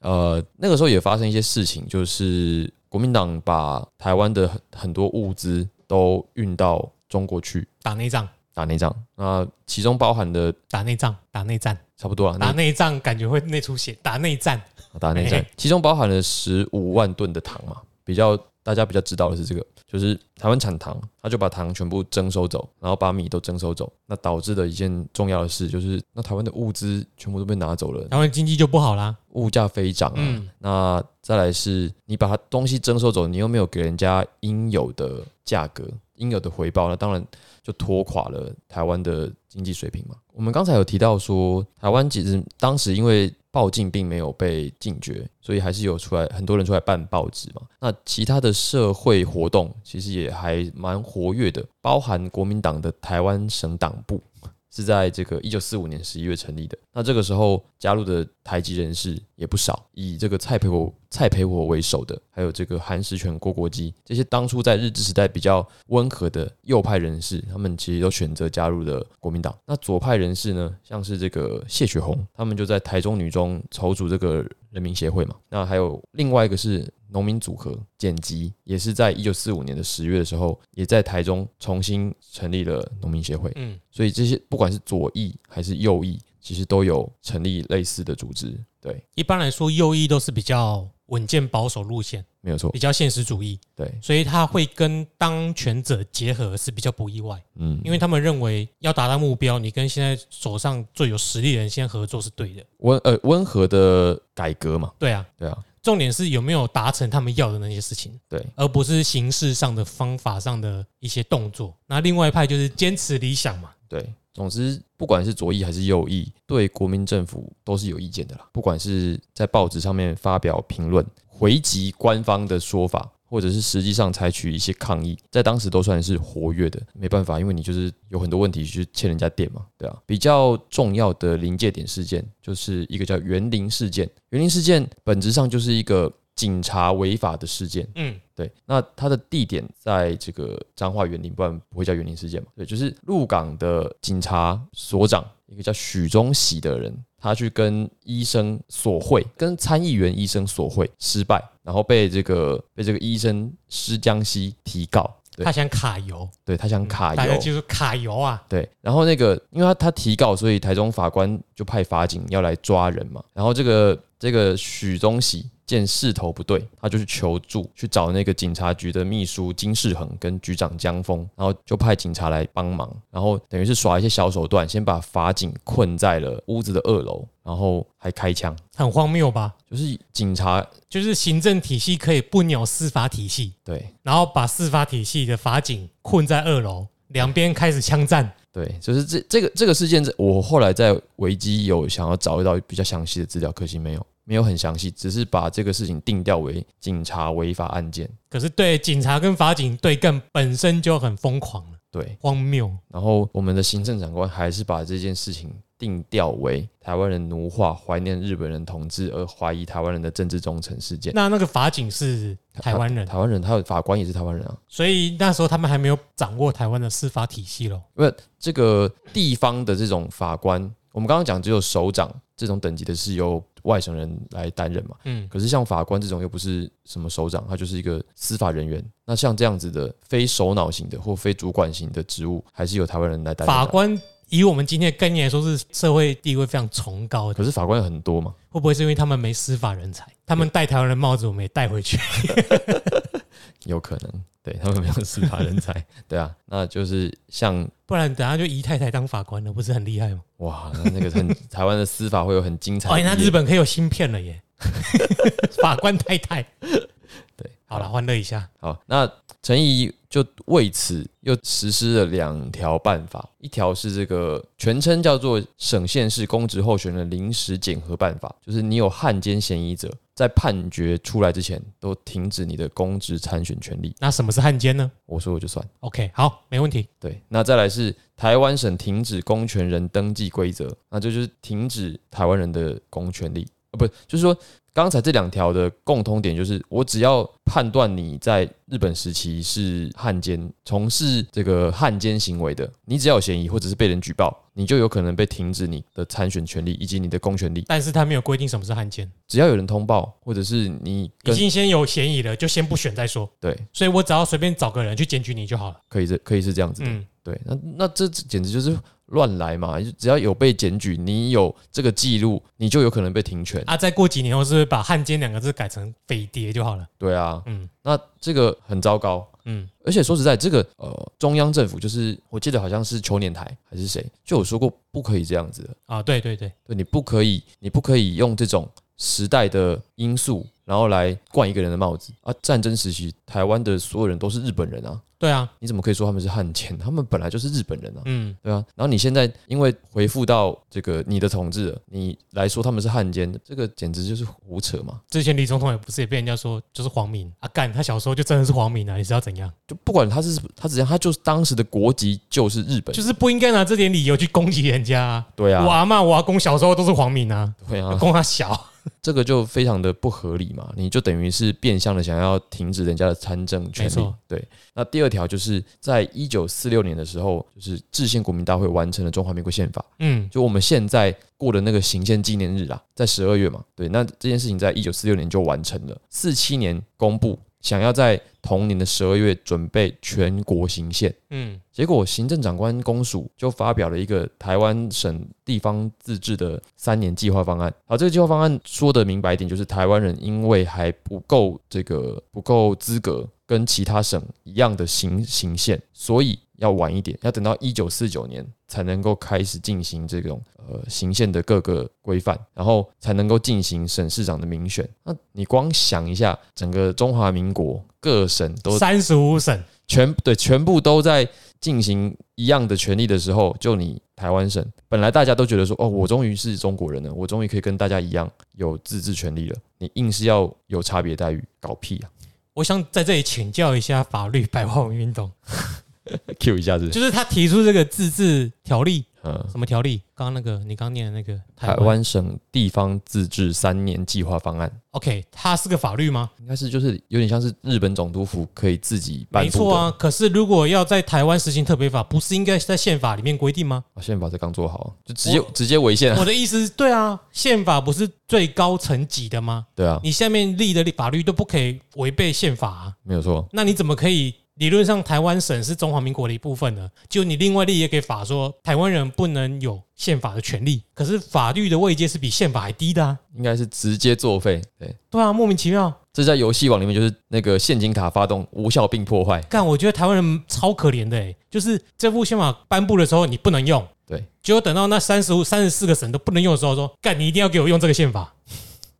Speaker 1: 呃，那个时候也发生一些事情，就是国民党把台湾的很很多物资都运到中国去
Speaker 2: 打内仗，
Speaker 1: 打内仗，那其中包含的
Speaker 2: 打内仗，打内战，
Speaker 1: 差不多啊，
Speaker 2: 打
Speaker 1: 那
Speaker 2: 内仗感觉会内出血，打内战。
Speaker 1: 打内战
Speaker 2: 嘿，
Speaker 1: 其中包含了十五万吨的糖嘛，比较大家比较知道的是这个，就是台湾产糖，他就把糖全部征收走，然后把米都征收走，那导致的一件重要的事就是，那台湾的物资全部都被拿走了，
Speaker 2: 台湾经济就不好啦。
Speaker 1: 物价飞涨啊，
Speaker 2: 嗯，
Speaker 1: 那再来是你把它东西征收走，你又没有给人家应有的价格、应有的回报，那当然就拖垮了台湾的经济水平嘛。我们刚才有提到说，台湾其实当时因为报禁并没有被禁绝，所以还是有出来很多人出来办报纸嘛。那其他的社会活动其实也还蛮活跃的，包含国民党的台湾省党部。是在这个一九四五年十一月成立的。那这个时候加入的台籍人士也不少，以这个蔡培火、蔡培火为首的，还有这个韩石泉、郭国基这些当初在日治时代比较温和的右派人士，他们其实都选择加入了国民党。那左派人士呢，像是这个谢雪红，他们就在台中女中筹组这个人民协会嘛。那还有另外一个是农民组合剪辑，也是在一九四五年的十月的时候，也在台中重新成立了农民协会。
Speaker 2: 嗯，
Speaker 1: 所以这些不管是左翼还是右翼，其实都有成立类似的组织。对，
Speaker 2: 一般来说，右翼都是比较稳健保守路线，
Speaker 1: 没有错
Speaker 2: 比。较现实主义，
Speaker 1: 对，
Speaker 2: 所以他会跟当权者结合是比较不意外，
Speaker 1: 嗯，
Speaker 2: 因为他们认为要达到目标，你跟现在手上最有实力的人先合作是对的。
Speaker 1: 温呃温和的改革嘛，
Speaker 2: 对啊，
Speaker 1: 对啊，
Speaker 2: 重点是有没有达成他们要的那些事情，
Speaker 1: 对，
Speaker 2: 而不是形式上的、方法上的一些动作。那另外一派就是坚持理想嘛，
Speaker 1: 对，总之，不管是左翼还是右翼，对国民政府都是有意见的啦。不管是在报纸上面发表评论，回击官方的说法，或者是实际上采取一些抗议，在当时都算是活跃的。没办法，因为你就是有很多问题去欠人家电嘛，对啊。比较重要的临界点事件，就是一个叫园林事件。园林事件本质上就是一个警察违法的事件。
Speaker 2: 嗯，
Speaker 1: 对，那它的地点在这个彰化园林，不然不会叫园林事件嘛。对，就是鹿港的警察所长，一个叫许宗喜的人，他去跟医生索贿，跟参议员医生索贿失败，然后被这个被这个医生施江西提告。对
Speaker 2: 他，想卡油，
Speaker 1: 对他想卡
Speaker 2: 大
Speaker 1: 油
Speaker 2: 家，记住卡油啊，
Speaker 1: 对，然后那个，因为他他提告，所以台中法官就派法警要来抓人嘛。然后这个这个许宗喜见势头不对，他就去求助，去找那个警察局的秘书金世恒跟局长江峰，然后就派警察来帮忙，然后等于是耍一些小手段，先把法警困在了屋子的二楼，然后还开枪，
Speaker 2: 很荒谬吧？
Speaker 1: 就是警察
Speaker 2: 就是行政体系可以不鸟司法体系，
Speaker 1: 对
Speaker 2: 然后把司法体系的法警困在二楼，两边开始枪战。
Speaker 1: 对，就是这这个这个事件，这我后来在维基有想要找到比较详细的资料，可惜没有，没有很详细，只是把这个事情定调为警察违法案件。
Speaker 2: 可是对警察跟法警对干本身就很疯狂了，
Speaker 1: 对，
Speaker 2: 荒谬。
Speaker 1: 然后我们的行政长官还是把这件事情定调为台湾人奴化、怀念日本人统治而怀疑台湾人的政治忠诚事件。
Speaker 2: 那那个法警是台湾人，
Speaker 1: 台湾人，还有法官也是台湾人啊。
Speaker 2: 所以那时候他们还没有掌握台湾的司法体系咯。
Speaker 1: 因为这个地方的这种法官，我们刚刚讲只有首长这种等级的是由外省人来担任嘛。
Speaker 2: 嗯，
Speaker 1: 可是像法官这种又不是什么首长，他就是一个司法人员。那像这样子的非首脑型的或非主管型的职务，还是由台湾人来担任的啊
Speaker 2: 法。官以我们今天的概念来说，是社会地位非常崇高的。
Speaker 1: 可是法官有很多嘛，
Speaker 2: 会不会是因为他们没司法人才？他们戴台湾的帽子，我们也戴回去。
Speaker 1: 有可能对他们没有司法人才， *laughs* 对啊，那就是像
Speaker 2: 不然等下就姨太太当法官了，不是很厉害
Speaker 1: *laughs*
Speaker 2: 吗？
Speaker 1: 哇，那那个很台湾的司法会有很精彩
Speaker 2: 哦，
Speaker 1: 的一
Speaker 2: 那
Speaker 1: 页。
Speaker 2: 日本可以有芯片
Speaker 1: *laughs*
Speaker 2: 了耶！法官太太，
Speaker 1: 对，
Speaker 2: 好了，欢乐一下。
Speaker 1: 好，那陈怡就为此又实施了两条办法，一条是这个全称叫做《省县市公职候选人临时检核办法》，就是你有汉奸嫌疑者，在判决出来之前都停止你的公职参选权利。
Speaker 2: 那什么是汉奸呢
Speaker 1: 我说我就算。
Speaker 2: ？OK，好，没问题。
Speaker 1: 对，那再来是台湾省停止公权人登记规则，那这就是停止台湾人的公权利啊，呃不就是说刚才这两条的共通点就是，我只要判断你在日本时期是汉奸，从事这个汉奸行为的，你只要有嫌疑或者是被人举报，你就有可能被停止你的参选权利以及你的公权利。
Speaker 2: 但是他没有规定什么是汉奸，
Speaker 1: 只要有人通报，或者是你
Speaker 2: 已
Speaker 1: 跟
Speaker 2: 经先有嫌疑了，就先不选再说。
Speaker 1: 对，
Speaker 2: 所以我只要随便找个人去检举你就好了。
Speaker 1: 可以这可以是这样子的。
Speaker 2: 嗯，
Speaker 1: 对，那那这简直就是乱来嘛！只要有被检举，你有这个记录，你就有可能被停权。
Speaker 2: 啊，再过几年后是不是把汉奸两个字改成匪谍就好了？
Speaker 1: 对啊，
Speaker 2: 嗯
Speaker 1: 那这个很糟糕。
Speaker 2: 嗯，
Speaker 1: 而且说实在，这个呃，中央政府就是我记得好像是邱年台还是谁就有说过，不可以这样子的。
Speaker 2: 啊，对对对，
Speaker 1: 对，你不可以，你不可以用这种时代的因素，然后来冠一个人的帽子啊！战争时期，台湾的所有人都是日本人啊，
Speaker 2: 对啊，
Speaker 1: 你怎么可以说他们是汉奸？他们本来就是日本人啊。
Speaker 2: 嗯，
Speaker 1: 对啊，然后你现在因为回复到这个你的统治了，你来说他们是汉奸，这个简直就是胡扯嘛！
Speaker 2: 之前李总统也不是也被人家说就是皇民啊，干他小时候就真的是皇民啊，你是要怎样？
Speaker 1: 就不管他是他怎样，他就是当时的国籍就是日本，
Speaker 2: 就是不应该拿这点理由去攻击人家、啊。
Speaker 1: 对
Speaker 2: 我
Speaker 1: 啊，
Speaker 2: 阿嬷、我阿公小时候都是皇民啊，
Speaker 1: 对啊，
Speaker 2: 供他小。
Speaker 1: 这个就非常的不合理嘛，你就等于是变相的想要停止人家的参政权
Speaker 2: 没
Speaker 1: 利
Speaker 2: 错。
Speaker 1: 对，那第二条就是在一九四六年的时候，就是制宪国民大会完成了中华民国宪法，
Speaker 2: 嗯，
Speaker 1: 就我们现在过的那个行宪纪念日啦，在十二月嘛，对，那这件事情在一九四六年就完成了，四七年公布，想要在同年的十二月准备全国行宪。
Speaker 2: 嗯，
Speaker 1: 结果，行政长官公署就发表了一个台湾省地方自治的三年计划方案。好，这个计划方案说的明白一点，就是台湾人因为还不够这个不够资格跟其他省一样的行行宪，所以要晚一点，要等到一九四九年才能够开始进行这种呃行宪的各个规范，然后才能够进行省市长的民选。那你光想一下，整个中华民国各省都
Speaker 2: 三十五省，
Speaker 1: 全对全部都在进行一样的权利的时候，就你台湾省，本来大家都觉得说，哦，我终于是中国人了，我终于可以跟大家一样有自治权利了，你硬是要有差别待遇，搞屁
Speaker 2: *laughs*
Speaker 1: 啊
Speaker 2: 我想在这里请教一下法律白话文运动，
Speaker 1: ！Q 一下子，
Speaker 2: 就是他提出这个自治条例，
Speaker 1: 嗯，
Speaker 2: 什么条例？刚刚那个你刚念的那个
Speaker 1: 台湾省地方自治三年计划方案，
Speaker 2: ，OK，它是个法律吗？
Speaker 1: 应该是就是有点像是日本总督府可以自己颁
Speaker 2: 没
Speaker 1: 布
Speaker 2: 错
Speaker 1: 的，
Speaker 2: 啊。可是如果要在台湾实行特别法，不是应该在宪法里面规定吗？
Speaker 1: 哦宪法才刚做好啊，就直接
Speaker 2: 我
Speaker 1: 直接违宪啊，
Speaker 2: 我的意思是，对啊，宪法不是最高层级的吗？
Speaker 1: 对啊，
Speaker 2: 你下面立的法律都不可以违背宪法、啊，
Speaker 1: 没有错，
Speaker 2: 那你怎么可以？理论上，台湾省是中华民国的一部分呢。就你另外立一个法说，台湾人不能有宪法的权利，可是法律的位阶是比宪法还低的啊。
Speaker 1: 应该是直接作废，对。
Speaker 2: 对啊，莫名其妙。
Speaker 1: 这在游戏网里面就是那个陷阱卡发动无效并破坏，
Speaker 2: 干，我觉得台湾人超可怜的、欸，就是这部宪法颁布的时候你不能用，
Speaker 1: 对，
Speaker 2: 结果等到那三十五、三十四个省都不能用的时候说，干，你一定要给我用这个宪法。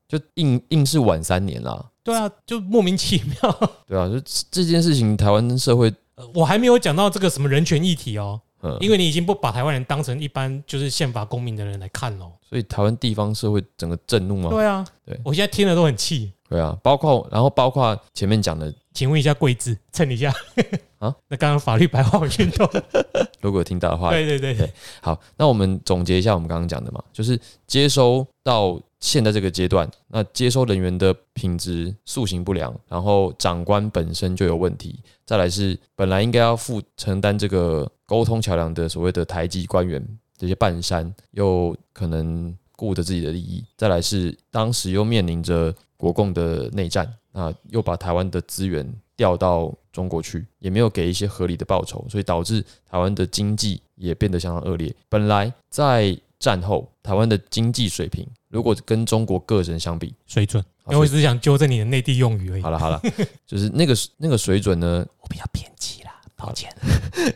Speaker 1: 就硬硬是晚三年啦，
Speaker 2: 对啊，就莫名其妙。 *laughs*
Speaker 1: 对啊，就这件事情台湾社会，
Speaker 2: 呃我还没有讲到这个什么人权议题哦，
Speaker 1: 嗯，
Speaker 2: 因为你已经不把台湾人当成一般就是宪法公民的人来看哦喽。
Speaker 1: 所以台湾地方社会整个震怒嘛，
Speaker 2: 对啊，
Speaker 1: 对
Speaker 2: 我现在听了都很气。
Speaker 1: 对啊，包括然后包括前面讲的，
Speaker 2: 请问一下贵志，蹭你一下
Speaker 1: 啊？
Speaker 2: *laughs* 那刚刚法律白话文运 *laughs* 动，
Speaker 1: 如果有听到的话，
Speaker 2: 对对对对，
Speaker 1: 好，那我们总结一下我们刚刚讲的嘛，就是接收到现在这个阶段，那接收人员的品质塑形不良，然后长官本身就有问题，再来是本来应该要负承担这个沟通桥梁的所谓的台籍官员这些半山，又可能顾着自己的利益，再来是当时又面临着国共的内战，那又把台湾的资源调到中国去，也没有给一些合理的报酬，所以导致台湾的经济也变得相当恶劣。本来在战后，台湾的经济水平如果跟中国个人相比，
Speaker 2: 水准。
Speaker 1: 好
Speaker 2: 因为我只是想纠正你的内地用语而已。
Speaker 1: 好了好了， *laughs* 就是那个那个水准呢，
Speaker 2: 我比较偏激啦，抱歉。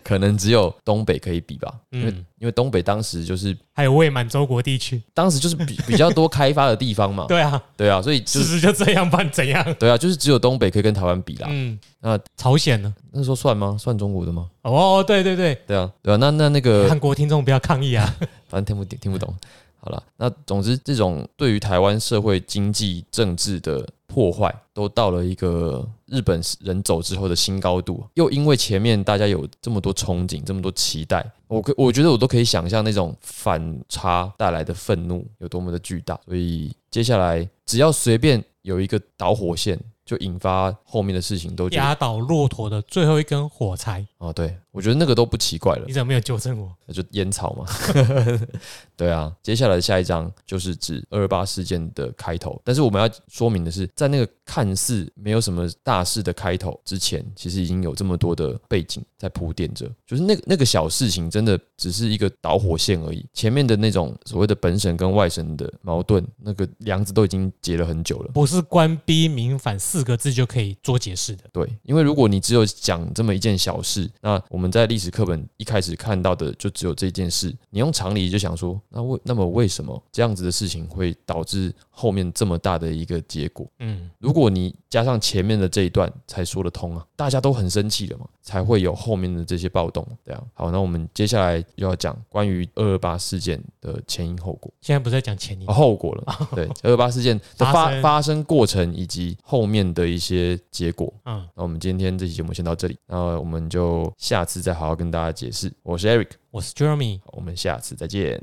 Speaker 1: 可能只有东北可以比吧，因为、
Speaker 2: 嗯，
Speaker 1: 因为东北当时就是
Speaker 2: 还有未满洲国地区，
Speaker 1: 当时就是比比较多开发的地方嘛，
Speaker 2: *laughs* 对啊，
Speaker 1: 对啊，所以就
Speaker 2: 事
Speaker 1: 是
Speaker 2: 实就这样，不然怎样？
Speaker 1: 对啊，就是只有东北可以跟台湾比啦。
Speaker 2: 嗯，
Speaker 1: 那
Speaker 2: 朝鲜呢？
Speaker 1: 那时候算吗？算中国的吗？
Speaker 2: 哦，对对对，
Speaker 1: 对啊，对啊，那那那个
Speaker 2: 韩国听众不要抗议啊。
Speaker 1: 反正听不听听不懂。好了，那总之，这种对于台湾社会经济政治的破坏，都到了一个日本人走之后的新高度。又因为前面大家有这么多憧憬，这么多期待，我可我觉得我都可以想象那种反差带来的愤怒有多么的巨大。所以接下来，只要随便有一个导火线，就引发后面的事情都觉得
Speaker 2: 压倒骆驼的最后一根火柴，
Speaker 1: 哦，对我觉得那个都不奇怪了
Speaker 2: 你。怎么没有纠正我？
Speaker 1: 那就烟草嘛。 *laughs* 对啊，接下来的下一章就是指二二八事件的开头，但是我们要说明的是，在那个看似没有什么大事的开头之前，其实已经有这么多的背景在铺垫着，就是那个那个小事情真的只是一个导火线而已，前面的那种所谓的本省跟外省的矛盾，那个梁子都已经结了很久了。
Speaker 2: 不是官逼民反四个字就可以做解释的。
Speaker 1: 对，因为如果你只有讲这么一件小事，那我们在历史课本一开始看到的就只有这件事，你用常理就想说，那为那么为什么这样子的事情会导致后面这么大的一个结果？
Speaker 2: 嗯，
Speaker 1: 如果你加上前面的这一段才说得通啊，大家都很生气了嘛，才会有后面的这些暴动。对啊，好，那我们接下来又要讲关于二二八事件的前因后果。
Speaker 2: 现在不是在讲前因
Speaker 1: 哦、，后果了。对，二二八事件的
Speaker 2: 发
Speaker 1: 发
Speaker 2: 生
Speaker 1: 发生过程以及后面的一些结果。
Speaker 2: 嗯，
Speaker 1: 那我们今天这期节目先到这里，那我们就下次再好好跟大家解释。我是 Eric，
Speaker 2: 我是 Jeremy，
Speaker 1: 我们下次再见。